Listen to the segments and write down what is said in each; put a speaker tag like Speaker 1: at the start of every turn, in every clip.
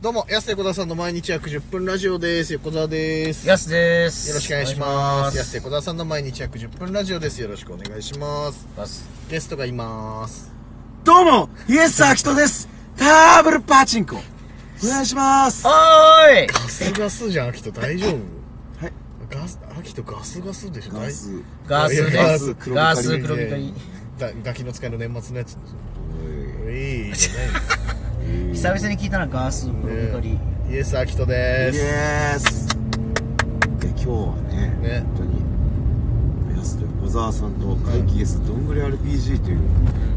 Speaker 1: どうも、安手小田さんの毎日約10分ラジオです。横澤です。よ
Speaker 2: やすです。
Speaker 1: ろしくお願いします。
Speaker 2: や
Speaker 1: 安
Speaker 2: す
Speaker 1: 手小田さんの毎日約10分ラジオです。よろしくお願いします。ゲストがいます。
Speaker 3: どうも、イエス・アキトです。ダブルパチンコ。お願いします。
Speaker 2: おーい
Speaker 1: ガスガスじゃん、秋と大丈夫
Speaker 3: はい。
Speaker 1: ガス、秋とガスガスでしょ
Speaker 3: ガス。
Speaker 2: ガス
Speaker 1: いやガ
Speaker 2: で
Speaker 1: ス
Speaker 2: す。
Speaker 3: 黒
Speaker 2: ガ
Speaker 3: 光
Speaker 1: 大
Speaker 2: ス
Speaker 3: り
Speaker 2: 黒光り。
Speaker 1: だガキの使いの年末のやつですよ。おいいいじ
Speaker 2: 久々に聞いたな、ガス黒
Speaker 1: ゃ
Speaker 2: 光
Speaker 1: な
Speaker 2: り。
Speaker 1: いイエス、秋とで
Speaker 3: イ
Speaker 1: す。
Speaker 3: エス。で今日はね、
Speaker 1: ね
Speaker 3: 本当に、イエスと横澤さんと怪奇イエス、どんぐり RPG という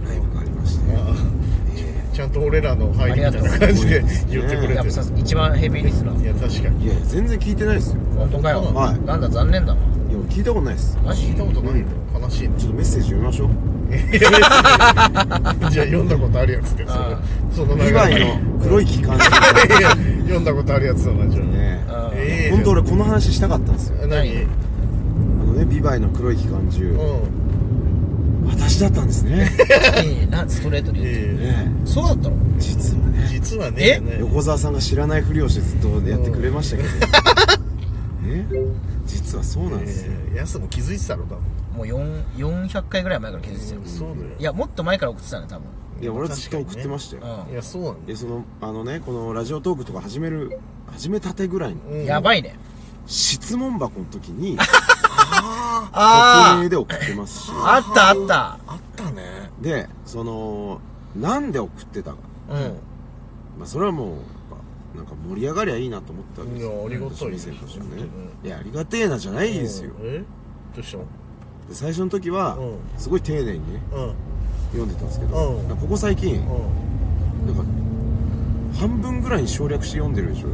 Speaker 3: ライブがありまして、
Speaker 1: あちゃんと俺らの入りみたいな感じで言ってくれ
Speaker 2: やってぱ
Speaker 1: る
Speaker 2: さ。一番ヘビーリスナー
Speaker 1: い。や、確かに。
Speaker 3: いや、全然聞いてないですよ。
Speaker 2: 本当かよ。
Speaker 3: はい
Speaker 2: なんだ、残念だな。
Speaker 3: いや、聞いたことないです。
Speaker 2: マジ
Speaker 1: 聞いたことないんだよ。悲しいな。
Speaker 3: ちょっとメッセージ読みましょう。
Speaker 1: じゃあ読んだことあるやつってそ
Speaker 2: あ
Speaker 1: のその流
Speaker 3: リ
Speaker 1: れ
Speaker 3: ヴァ イの黒い機関車。
Speaker 1: いや読んだことあるやつだなじゃあ
Speaker 3: ね
Speaker 2: あー
Speaker 1: ええ
Speaker 3: 本当俺この話したかったんですよ。
Speaker 1: 当何
Speaker 2: 何
Speaker 3: あのね、ビバイの黒い機関銃、
Speaker 1: うん
Speaker 3: 私だったんですね。
Speaker 2: いいな、ストレートに言って。
Speaker 1: え
Speaker 3: ね
Speaker 2: そうだったの
Speaker 3: 実は
Speaker 1: え
Speaker 3: ね。
Speaker 1: 実はね
Speaker 2: え
Speaker 3: 横澤さんが知らないふりをしてずっとやってくれましたけど、 ね実はそうなんですよ、
Speaker 1: ええやすも気づいてたろだもん
Speaker 2: もう4 400回ぐらい前から気づいてたよ。
Speaker 1: そうだよ
Speaker 2: いや、もっと前から送ってたね、多分。
Speaker 3: いや俺はずっ
Speaker 1: 確か
Speaker 3: と
Speaker 1: にね
Speaker 3: 送ってましたよ、
Speaker 1: いやそうなん
Speaker 3: でそのあのねこのラジオトークとか始める始めたてぐらいの
Speaker 1: だ
Speaker 2: うん。やば
Speaker 1: い
Speaker 2: いね。
Speaker 3: 質問箱の 時に
Speaker 1: あ
Speaker 3: 匿
Speaker 2: あ
Speaker 3: 名で送ってますし
Speaker 2: ああったあった。
Speaker 1: ああったね
Speaker 3: でそのなんで送ってたか、
Speaker 1: う
Speaker 3: まあ、それはもうやっぱなんか盛り上がりゃいいなと思ったわけで
Speaker 1: い
Speaker 3: す
Speaker 1: やありがたいね
Speaker 3: 私目線としてはね
Speaker 1: 本当
Speaker 3: いやありがてえなじゃない
Speaker 1: ん
Speaker 3: ですよ
Speaker 1: えどうしたの
Speaker 3: で最初の時は
Speaker 1: う
Speaker 3: すごい丁寧にね
Speaker 1: うん
Speaker 3: 読んでたんですけど、
Speaker 1: うん
Speaker 3: なんかここ最近
Speaker 1: うん
Speaker 3: なんか半分ぐらいに省略して読ん でるでしょ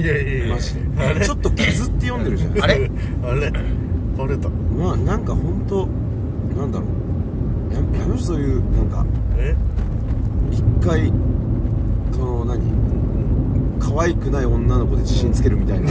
Speaker 1: いやいやいや
Speaker 3: マジでちょっと削って読んでるじ ゃん
Speaker 2: あれ
Speaker 1: あれバレた
Speaker 3: まあなんか本当なんだろうややめるそういうなんか
Speaker 1: え
Speaker 3: 一回その何可愛くない女の子で自信つけるみたい な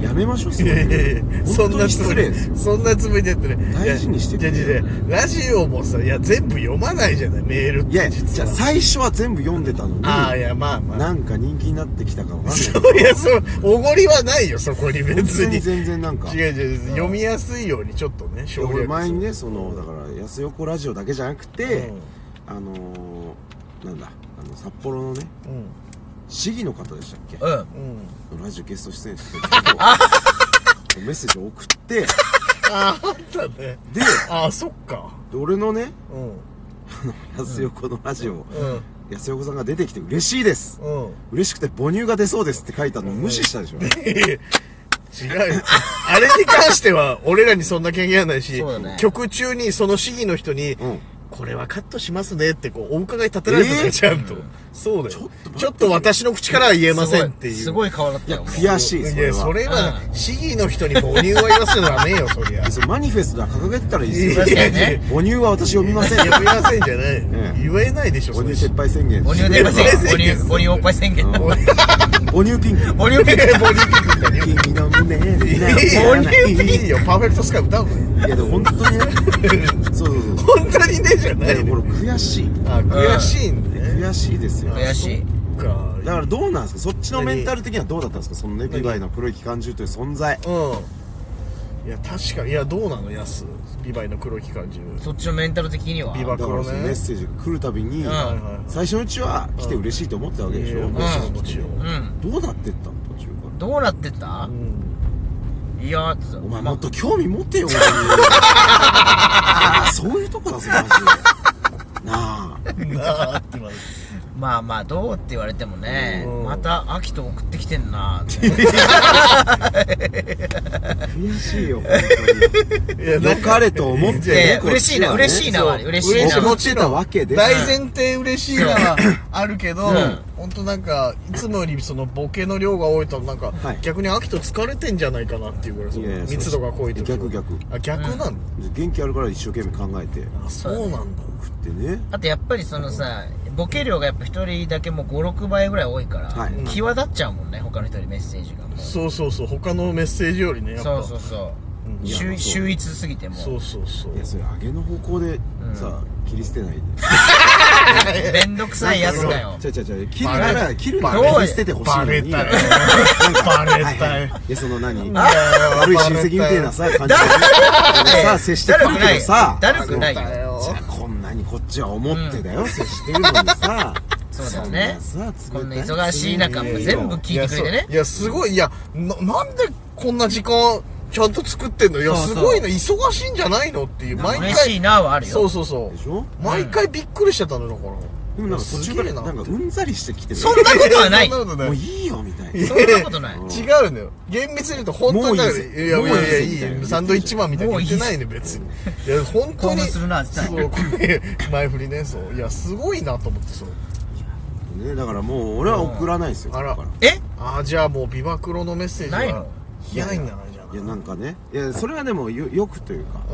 Speaker 3: やめましょうそ
Speaker 1: い
Speaker 3: れ
Speaker 1: やいやいやそ
Speaker 3: 本
Speaker 1: ん
Speaker 3: 当
Speaker 1: な
Speaker 3: に
Speaker 1: つも
Speaker 3: 失
Speaker 1: り
Speaker 3: 礼ですよ
Speaker 1: そんなつもりでやってね
Speaker 3: 大事にして
Speaker 1: じゃ
Speaker 3: る
Speaker 1: じゃラジオもさいや全部読まないじゃないメールっ
Speaker 3: いや
Speaker 1: て
Speaker 3: じ
Speaker 1: 実
Speaker 3: ゃあ
Speaker 1: は
Speaker 3: 最初は全部読んでたのに
Speaker 1: ああいやまあまあ
Speaker 3: なんか人気になってきたかわかんない
Speaker 1: そういやそうおごりはないよそこに別に違
Speaker 3: 全然なんか
Speaker 1: う違う読みやすいようにちょっとね省
Speaker 3: 俺
Speaker 1: 略
Speaker 3: 前にねそのだから安横ラジオだけじゃなくて、あのー、なんだあの札幌のね
Speaker 1: うん
Speaker 3: 市議の方でしたっけ
Speaker 2: うん。
Speaker 1: うん
Speaker 3: ラジオゲスト出演してたんですけどメッセージを送ってで
Speaker 1: あああったねああそっか
Speaker 3: で俺のね
Speaker 1: うん
Speaker 3: 安横のラジオ、
Speaker 1: うん
Speaker 3: 安横さんが出てきて嬉しいです
Speaker 1: うん
Speaker 3: 嬉しくて母乳が出そうですって書いたの無視したでしょ、
Speaker 1: 違うよ あれに関しては俺らにそんな権限はないし、
Speaker 2: そうだね
Speaker 1: 曲中にその市議の人に、
Speaker 3: うん
Speaker 1: これはカットしますねってこうお伺い立てられたじゃん、
Speaker 3: えー
Speaker 1: ちゃんと、そうだよち
Speaker 3: ちょ
Speaker 1: ょっ
Speaker 3: っと待って
Speaker 1: と私の口からは言えませんっていう
Speaker 2: すごいすごい顔だったよ。
Speaker 3: いや悔しいそ
Speaker 1: い
Speaker 3: れ
Speaker 1: や
Speaker 3: は
Speaker 1: それは市議の人に母乳は言わせるのはねえよそりゃ
Speaker 3: でそのマニフェストは掲げてたらいいですよ
Speaker 2: 確かにね
Speaker 3: 母乳は私読みません
Speaker 1: 読みませんじゃない、
Speaker 3: ええ
Speaker 1: 言えないでしょ
Speaker 3: 母乳
Speaker 1: それ
Speaker 3: 撤廃宣言
Speaker 2: 母乳出ません。
Speaker 1: 出ません
Speaker 2: 母乳、母乳おっぱい宣言。
Speaker 3: うん母乳ピンク
Speaker 2: 母乳ピンク。
Speaker 1: ボディーピンクみたいに
Speaker 3: 君の胸に
Speaker 1: 言う
Speaker 3: な
Speaker 1: のいいよ
Speaker 3: らない
Speaker 1: いいよパーフェクトスカイ歌うのよ
Speaker 3: いやでも本当にねそうそうそう
Speaker 1: 本当にねじゃ
Speaker 3: い
Speaker 1: な
Speaker 3: や
Speaker 1: い
Speaker 3: でもこれ悔しい
Speaker 1: あ悔しいんだね
Speaker 3: 悔しいですよ
Speaker 2: 悔しい。
Speaker 1: そっか
Speaker 3: だからどうなんですかそっちのメンタル的にはどうだったんですかそのねビバイの黒い機関銃という存在
Speaker 1: うんいや確かにいやどうなのやすビバイの黒機関銃
Speaker 2: そっちのメンタル的には。
Speaker 1: ビバック
Speaker 3: だから
Speaker 1: の
Speaker 3: そのメ
Speaker 1: ね
Speaker 3: ッセージが来るたびに
Speaker 2: うん
Speaker 1: はいは
Speaker 3: 最初のうちは来て嬉しいと思ってたわけ
Speaker 1: い
Speaker 3: でし
Speaker 1: いや
Speaker 3: ょ
Speaker 1: もちろんもちろん
Speaker 2: うん。
Speaker 3: どうなってったの途中か
Speaker 2: どうなってった
Speaker 1: うん
Speaker 2: いや、
Speaker 3: らお前
Speaker 2: ま
Speaker 3: もっと興味持てよ俺にあそういうとこだぞマジでなあ
Speaker 1: なあって言われて
Speaker 2: まあまあ、どうって言われてもね
Speaker 1: うん、
Speaker 2: また秋と送ってきてんな。
Speaker 3: 悔しいよ本
Speaker 1: いや
Speaker 3: 当に 良かれと思って
Speaker 1: いやい
Speaker 3: ね
Speaker 1: や
Speaker 3: こっ
Speaker 2: 嬉しい
Speaker 3: ち
Speaker 2: な、
Speaker 3: はね
Speaker 2: 嬉しいなは、
Speaker 1: そう
Speaker 2: 嬉しい
Speaker 1: 嬉しい
Speaker 2: な
Speaker 3: 思
Speaker 2: は
Speaker 1: も。
Speaker 3: ってたわけです
Speaker 1: 大前提嬉しいなはあるけど、
Speaker 2: ん
Speaker 1: 本当なんかいつもよりそのボケの量が多いとなんか、
Speaker 3: はい
Speaker 1: 逆に秋と疲れてんじゃないかなっていうぐらいその
Speaker 3: いやいや
Speaker 1: 密度が濃いと
Speaker 3: 逆逆
Speaker 1: あ逆なんだ、
Speaker 3: 元気あるから一生懸命考えて
Speaker 1: あそうなんだ
Speaker 3: 食ってね
Speaker 2: あとやっぱりそのさ、ボケ量がやっぱ一人だけもう5、6倍ぐらい多いから
Speaker 3: はい、
Speaker 2: 際立っちゃうもんね、他の人にメッセージがもう。
Speaker 1: そうそうそう他のメッセージよりねやっぱ
Speaker 2: そうそうそう。
Speaker 3: んい
Speaker 2: 秀
Speaker 3: や
Speaker 2: 秀逸すぎてもう。
Speaker 1: そうそうそう
Speaker 3: いやそれ上げの方向でさ、切り捨てないで
Speaker 2: めんどくさいやつだ よ
Speaker 3: 違う違う違う切るな
Speaker 1: バ
Speaker 3: ら
Speaker 1: レ
Speaker 3: 切るな
Speaker 2: どう
Speaker 3: ら見捨ててほしい
Speaker 1: バ
Speaker 3: の
Speaker 1: レ
Speaker 3: に
Speaker 1: たよ
Speaker 3: なんか
Speaker 1: バレ
Speaker 3: は
Speaker 1: た
Speaker 3: い
Speaker 1: よ
Speaker 3: はいいやその何
Speaker 1: いや
Speaker 3: 悪い親戚みたいなさ感じでね俺さ接して
Speaker 2: だ
Speaker 3: く
Speaker 2: る
Speaker 3: る
Speaker 2: く
Speaker 3: け
Speaker 2: な
Speaker 3: ど
Speaker 2: い
Speaker 3: さ
Speaker 2: だるくないよ
Speaker 1: バレたよ
Speaker 3: じゃあこんなにこっちは思ってだよ接してるのにさ
Speaker 2: そうだよね
Speaker 3: そんなさ
Speaker 2: こんな忙しい中も全部聞いてくれてね
Speaker 1: いやそういやすごいいやななんでこんな時間ちゃんと作ってんのいや
Speaker 3: そう
Speaker 1: す
Speaker 3: そう
Speaker 1: ごいな忙しいんじゃないのっていう毎
Speaker 2: 嬉しい
Speaker 1: 回
Speaker 2: なはあるよ
Speaker 1: そうそうそう
Speaker 3: でしょ
Speaker 1: 毎回びっくりしてたのだから
Speaker 3: でもなんか途中から
Speaker 1: すげえ
Speaker 3: なんかうんざりしてきてる
Speaker 2: そんなことはない
Speaker 1: そんなことな
Speaker 3: もう
Speaker 1: い
Speaker 3: いいよみたい
Speaker 1: いや
Speaker 3: な
Speaker 2: そんなことない
Speaker 1: 違うんだよ厳密に言うと本当にだから
Speaker 3: もういいぜ
Speaker 1: いやいや
Speaker 3: もういい
Speaker 1: い
Speaker 3: ぜ
Speaker 1: や
Speaker 3: みたい
Speaker 1: い
Speaker 3: ない
Speaker 1: サンドイッチマンみたいに言ってないね別にいや本当
Speaker 2: 興
Speaker 1: に
Speaker 2: 奮するな
Speaker 1: そうこれ前振りねそういやすごいなと思ってそう
Speaker 3: ねだからもう俺は送らないですよ
Speaker 1: あら
Speaker 3: だから
Speaker 2: え
Speaker 1: ああじゃあもうビバクロのメッセージは
Speaker 2: ないの
Speaker 1: ないんじゃないじゃないい
Speaker 3: や
Speaker 1: う
Speaker 3: なんかねいやそれはでもよよくというか
Speaker 1: んあ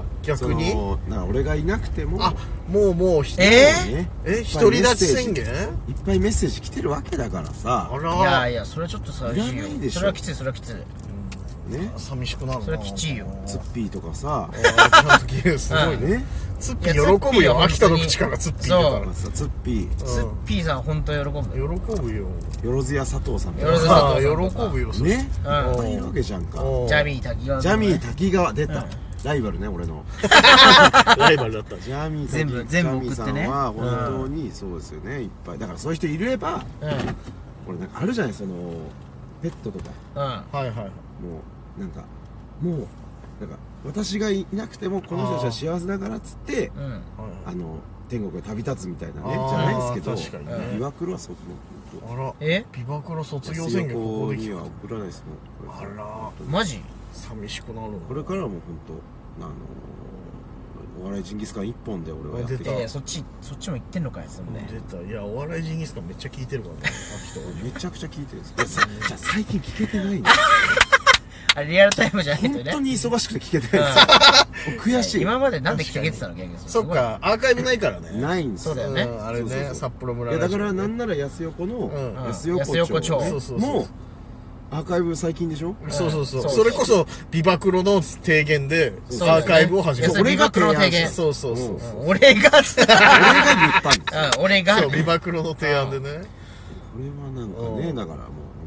Speaker 1: あ逆に
Speaker 3: そのなんか俺がいなくても
Speaker 1: あもうもうひ
Speaker 2: えー
Speaker 3: ね
Speaker 1: え独り立ち宣言
Speaker 3: いっぱいメッセージ来てるわけだからさ
Speaker 1: あ
Speaker 2: いや
Speaker 1: ら
Speaker 2: いやそれはちょっと寂しい
Speaker 3: いらない
Speaker 2: よ
Speaker 3: でしょ
Speaker 2: それはきついそれはきつい
Speaker 3: ね
Speaker 1: 寂しくなるな
Speaker 2: それはきちいよ
Speaker 3: ツッピーとかさ
Speaker 1: ああちゃんとすごいね
Speaker 3: ね
Speaker 1: ツッ
Speaker 2: い
Speaker 1: ピ
Speaker 2: や
Speaker 1: ー喜ぶよ
Speaker 2: ツ
Speaker 1: 秋
Speaker 2: ッピ
Speaker 1: 田
Speaker 2: ーは本当
Speaker 1: の
Speaker 2: に
Speaker 1: 口からツッピー出
Speaker 2: そ
Speaker 1: た
Speaker 2: う
Speaker 1: ら
Speaker 3: まあさツッピー
Speaker 2: ツッピーさん本当喜ぶよ
Speaker 1: 喜ぶよ
Speaker 3: よろずや佐藤さんみたい
Speaker 2: よろずや
Speaker 3: な
Speaker 1: ああ喜ぶよそ
Speaker 3: ね
Speaker 1: し
Speaker 3: いっ
Speaker 2: うん
Speaker 3: ぱいいるわけじゃんか
Speaker 1: うん
Speaker 2: ジャミー滝川
Speaker 3: ジャミー
Speaker 2: ー
Speaker 3: 滝川出たライバルね俺の
Speaker 1: ライバルだった
Speaker 3: ジャミー滝
Speaker 2: 全部全部送ってね
Speaker 3: ジャミーさんは本当にそうですよねいっぱいだからそういう人いれば
Speaker 2: うんうん
Speaker 3: 俺なんかあるじゃないそのペットとか
Speaker 1: はいはい
Speaker 3: もうなんかもうなんか私がいなくてもこの人たちは幸せだからっつって
Speaker 2: うん
Speaker 3: あの天国へ旅立つみたいなね
Speaker 1: あー
Speaker 3: じゃないですけど
Speaker 1: 確かにね
Speaker 3: うん岩倉はそこの
Speaker 1: あら
Speaker 2: え
Speaker 1: ビバクロ卒業宣言ここで
Speaker 3: に
Speaker 1: 聞
Speaker 3: は
Speaker 1: く
Speaker 3: 送らないですもんこ
Speaker 1: あ
Speaker 3: れ
Speaker 1: ら
Speaker 2: マジ
Speaker 1: 寂しくなるな
Speaker 3: これからはもう本当あのーお笑いジンギスカン一本で俺はやっていき
Speaker 2: い
Speaker 3: た
Speaker 2: やいや
Speaker 3: い
Speaker 2: そっちそっちも行ってんのかいそのね
Speaker 1: 出たいやお笑いジンギスカンめっちゃ聞いてるからね
Speaker 3: めちゃくちゃ聞いてるんですいやさじゃあ最近聞けて ないんで
Speaker 2: あリアルタイムじゃないと
Speaker 3: 本
Speaker 2: ね
Speaker 3: 当に忙しくて聞けて ないんですよもう悔しい
Speaker 2: 今までなんで聞けてたの逆に
Speaker 1: そっかアーカイブないからね
Speaker 3: ないんです
Speaker 2: そうだよね
Speaker 1: んあれ
Speaker 3: そうそうそ
Speaker 1: ね
Speaker 3: う
Speaker 1: 札幌
Speaker 3: い
Speaker 1: 村
Speaker 3: やだからなんんなら安横の
Speaker 1: うん
Speaker 3: 安横町
Speaker 2: 安
Speaker 1: 横町
Speaker 3: ねもうアーカイブ最近でしょ
Speaker 1: そうそうそう
Speaker 2: そう
Speaker 1: それこそビバクロの提言で
Speaker 2: そう
Speaker 1: アーカイブを始め
Speaker 2: いやそ
Speaker 1: た
Speaker 2: れビバクロの提言
Speaker 1: そうそうそう
Speaker 3: うん
Speaker 1: そう
Speaker 2: うん俺が
Speaker 3: 俺が言ったんですよ
Speaker 2: うん俺が
Speaker 1: そうビバクロの提案でね
Speaker 3: これはなんか
Speaker 1: う
Speaker 3: ね
Speaker 1: ん
Speaker 3: だからもう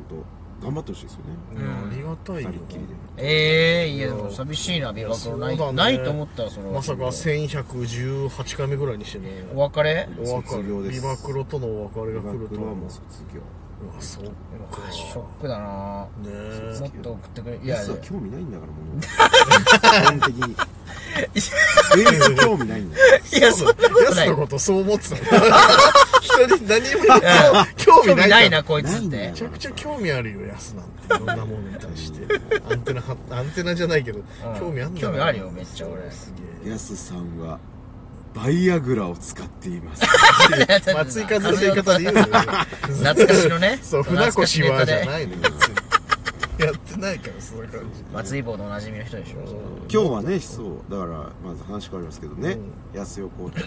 Speaker 3: 本当頑張ってほしいですよね
Speaker 1: いやありがたいよ
Speaker 3: 二人っきりで
Speaker 2: ええいやでも寂しいなビバクロない,、
Speaker 1: そうだね
Speaker 2: ないと思ったらそれは
Speaker 1: まさか1118回目ぐらいにしてね
Speaker 2: お別れ
Speaker 1: お別
Speaker 3: 卒業
Speaker 1: れ
Speaker 3: です
Speaker 1: ビバクロとのお別れが
Speaker 3: 岩
Speaker 1: 来ると
Speaker 3: 倉
Speaker 1: は
Speaker 3: はも
Speaker 1: も
Speaker 3: う卒業
Speaker 1: うわそっか
Speaker 2: ショックだな
Speaker 1: ねえ
Speaker 2: もっと送ってくれい
Speaker 3: いや
Speaker 2: やいや
Speaker 3: は興味ないんだからもう基本的にベース興味ないんだよ
Speaker 2: いやそんなこと
Speaker 1: や
Speaker 2: な
Speaker 1: つ
Speaker 2: い
Speaker 1: のことそう思ってた人に何も興
Speaker 2: 興
Speaker 1: 味ない
Speaker 2: 味ない
Speaker 1: から
Speaker 2: なこいつっ
Speaker 3: ない
Speaker 2: て
Speaker 1: めちゃくちゃ興味あるよやすなんていろんなものに対してアンテナはアンテナじゃないけど、興味あんだな
Speaker 2: 興味あるよめっちゃ俺
Speaker 1: すげえ
Speaker 3: ヤスさんはバイアグラを使っています
Speaker 1: 松井風の言い方で言うのよ
Speaker 2: 懐かしのね
Speaker 1: そう船
Speaker 2: 懐かし
Speaker 1: 越
Speaker 2: ネタ
Speaker 1: はじ
Speaker 2: で
Speaker 1: ゃないのよ別にやってないからそんな感じ
Speaker 2: 松井坊のおなじみの人でしょ
Speaker 3: 今日はねそうだからまず話変わりますけどね安横と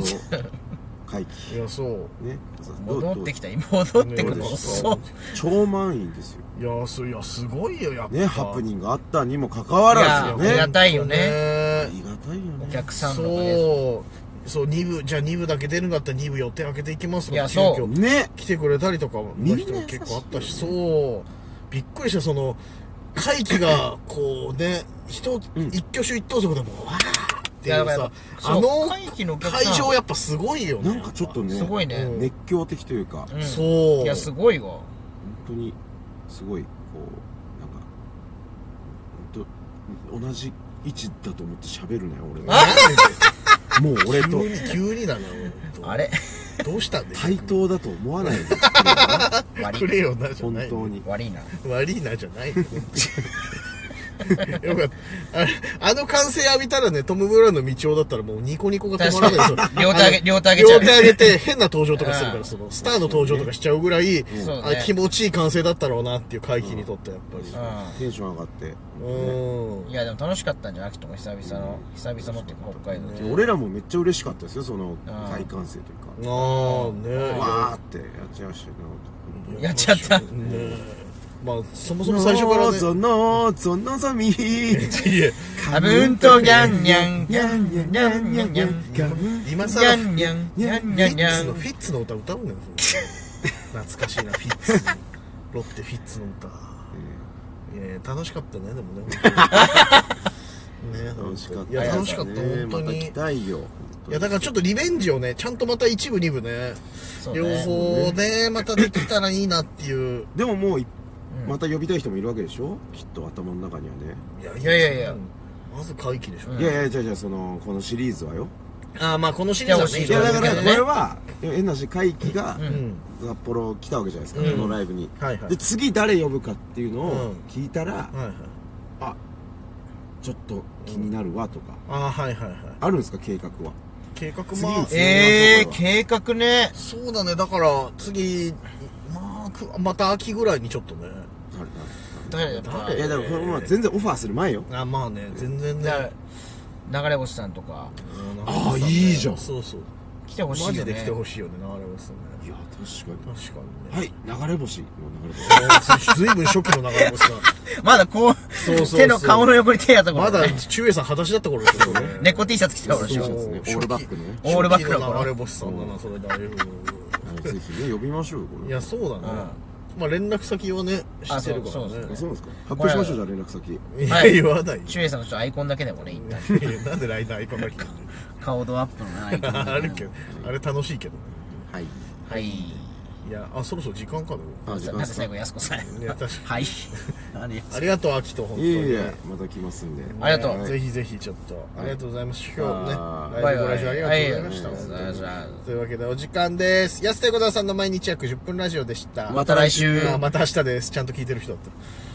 Speaker 3: 会期
Speaker 1: いやそう
Speaker 3: ねどう
Speaker 2: 戻ってき
Speaker 3: ど
Speaker 2: た戻っ
Speaker 1: どう
Speaker 2: てくる
Speaker 3: どうで
Speaker 1: した
Speaker 2: 遅っ
Speaker 3: う超満員ですよ
Speaker 1: いやそういやすごいよやっぱ
Speaker 3: ねハプニングあったにもかかわらず
Speaker 2: いやあ
Speaker 3: ね
Speaker 2: りがたいよね
Speaker 1: ね
Speaker 3: ありがたいよ
Speaker 2: お
Speaker 3: ね
Speaker 2: 客さんのね
Speaker 1: そうそう2部じゃあ2部だけ出るんだったら2部予定開けていきますとか
Speaker 2: いやそう
Speaker 1: 急遽
Speaker 3: ね
Speaker 1: 来てくれたりとかの
Speaker 3: みんな優しい
Speaker 1: 人も結構あったしそうびっくりしたその会期がこう ね人、
Speaker 3: うん
Speaker 1: 一挙手一投足でもうわーって
Speaker 2: い
Speaker 1: いう
Speaker 2: ややっぱやっ
Speaker 1: さ
Speaker 2: ぱ
Speaker 1: あ
Speaker 2: そう
Speaker 1: の
Speaker 2: 会期のお客
Speaker 1: 会
Speaker 2: さん
Speaker 1: 場やっぱすごいよね
Speaker 3: なんかちょっとね
Speaker 2: すごいね
Speaker 1: うん
Speaker 3: 熱狂的というか
Speaker 2: うん
Speaker 1: そう
Speaker 2: いやすごいわ
Speaker 3: 本当にすごいこうなんか本当同じ位置だと思って喋るね俺
Speaker 1: なん
Speaker 3: はもう俺と
Speaker 1: で急に急 にだな俺
Speaker 2: あれ
Speaker 1: どうしたんだよ
Speaker 3: 対等だと 思わないで
Speaker 2: 悪
Speaker 1: く
Speaker 2: い
Speaker 1: れよなじゃ
Speaker 3: 本
Speaker 1: ない
Speaker 3: 当に
Speaker 2: 悪いな
Speaker 1: 悪いなじゃないの よかったあれあの歓声浴びたらねトム・ブラウンの道夫だったらもうニコニコが止まらないですよ
Speaker 2: 両手あげ両手あげちゃ
Speaker 1: 両
Speaker 2: う
Speaker 1: 手上げて変な登場とかするか
Speaker 2: うん
Speaker 1: らそのスターの登場とかしちゃうぐらい、
Speaker 2: そう
Speaker 1: あ
Speaker 2: ね
Speaker 1: 気持ちいい歓声だったろうなっていう会期にとってやっぱり
Speaker 2: う
Speaker 3: テンション上がって、ね
Speaker 1: うん
Speaker 2: んいやでも楽しかったんじゃなくても久々の久々のっていうか北海道
Speaker 3: で俺らもめっちゃ嬉しかったですよその
Speaker 2: あー
Speaker 3: 大歓声というか
Speaker 1: ああねえ
Speaker 3: わーってやっちゃいましたよ
Speaker 2: やっちゃった
Speaker 1: ねえまあそもそも最初からね
Speaker 3: ぞのぞのぞみ
Speaker 1: いえ
Speaker 2: カブンとギャンニャンギャンニャンギャンニャンギャンギ
Speaker 3: ガム
Speaker 1: 今さ
Speaker 2: ャ
Speaker 1: らフ
Speaker 2: ンニャンギャンニ
Speaker 1: ィ
Speaker 2: ャンギ
Speaker 1: ッ
Speaker 2: ャ
Speaker 1: ツの
Speaker 2: ン
Speaker 1: フィッツの歌歌うのよそれ懐かしいなフィッ ツロッテフィッツの歌いや楽しかったねで もねね
Speaker 3: 楽しかった
Speaker 1: いや楽しかった本当
Speaker 3: また
Speaker 1: に
Speaker 3: 来たいよ
Speaker 1: いやだからちょっとリベンジをねちゃんとまた一部二部ね
Speaker 2: そうね
Speaker 1: 両方ねまたできたらいいなっていう
Speaker 3: でももうい
Speaker 2: うん
Speaker 3: また呼びたい人もいるわけでしょきっと頭の中にはね
Speaker 1: い
Speaker 2: いやいやいや
Speaker 1: まず回帰でしょ、
Speaker 2: うん
Speaker 3: いやいやじゃあじゃあそのこのシリーズはよ
Speaker 1: ああまあこのシリーズはね
Speaker 3: いやだから
Speaker 2: い
Speaker 3: こ
Speaker 2: やいや
Speaker 3: れは変なし怪奇が
Speaker 2: う
Speaker 1: うんん
Speaker 3: 札幌来たわけじゃないですか
Speaker 1: うん
Speaker 3: このライブに
Speaker 1: はいはい
Speaker 3: で次誰呼ぶかっていうの
Speaker 1: う
Speaker 3: を
Speaker 1: ん
Speaker 3: 聞いたら
Speaker 1: はいはい
Speaker 3: ちょっと気になるわとか
Speaker 1: ああはいはいはい
Speaker 3: あるんですか計画は
Speaker 1: 計画
Speaker 3: 次
Speaker 1: まあ
Speaker 3: いつ
Speaker 2: えー計画ね
Speaker 1: そうだねだから次まあくまた秋ぐらいにちょっとね
Speaker 3: ある
Speaker 2: だからやっぱ
Speaker 3: あるいやだからこれは全然オファーする前よ
Speaker 1: あまあね全然ね
Speaker 2: だから流れ星さんとか
Speaker 1: うん
Speaker 3: ああいいじゃん
Speaker 1: そうそう
Speaker 2: 来てほし
Speaker 1: マ
Speaker 2: いよ
Speaker 1: ジで
Speaker 2: ね
Speaker 1: 来てほしいよね流れ星ね
Speaker 3: いや確か
Speaker 1: 確かに
Speaker 3: には
Speaker 1: ね
Speaker 3: い流れ星もう流れ星
Speaker 1: はい ずいぶん初期の流れ星だ
Speaker 2: まだこう
Speaker 1: そうそうそう
Speaker 2: 手の顔の横に手やった頃
Speaker 1: ま
Speaker 2: ね
Speaker 1: だ中衛さん裸足だった頃ですよね
Speaker 2: 猫 T シャツ着てた
Speaker 3: そ
Speaker 2: 俺
Speaker 3: う
Speaker 2: でし
Speaker 3: で
Speaker 2: ょ
Speaker 3: すねオールバックね
Speaker 2: オールバック
Speaker 1: 初
Speaker 2: の
Speaker 1: 期
Speaker 2: 頃
Speaker 1: の流れ星さんだなそれだいぶ
Speaker 3: あのぜひね呼びましょうよこれ
Speaker 1: いやそうだねまあ連絡先はね知ってるか
Speaker 2: あそうそう
Speaker 1: ら
Speaker 2: そ
Speaker 1: ね
Speaker 3: あそうなんですか発表しましょうじゃあ連絡先
Speaker 1: い
Speaker 2: は
Speaker 1: や
Speaker 2: い
Speaker 1: 言わないよ
Speaker 2: シュエイさんの人アイコンだけでもね一旦
Speaker 1: いやなんでライダーアイコンだけ
Speaker 2: 顔ドアップのアイコン だ
Speaker 1: あ
Speaker 2: ね
Speaker 1: るけどあれ楽しいけどね
Speaker 3: はい
Speaker 2: はい
Speaker 1: いやあそろそろ時間かな
Speaker 3: あ時
Speaker 2: さなん
Speaker 3: 間で
Speaker 2: か
Speaker 3: す
Speaker 2: 最後やすこさん
Speaker 1: いや確かに
Speaker 2: はいあれ
Speaker 1: ありがとう、秋と、本当
Speaker 3: い
Speaker 1: に。
Speaker 3: えいえまた来ますんで
Speaker 2: ありがとう
Speaker 1: ねぜひぜひ、ちょっと、ありがとうございます。今日ね
Speaker 3: あ、ー
Speaker 1: ライブご来場ありがとうございました。
Speaker 2: はいありがとうございました
Speaker 1: というわけで、お時間です。安手小沢さんの毎日約10分ラジオでした。
Speaker 3: また来週
Speaker 1: まあまた明日です。ちゃんと聞いてる人だった。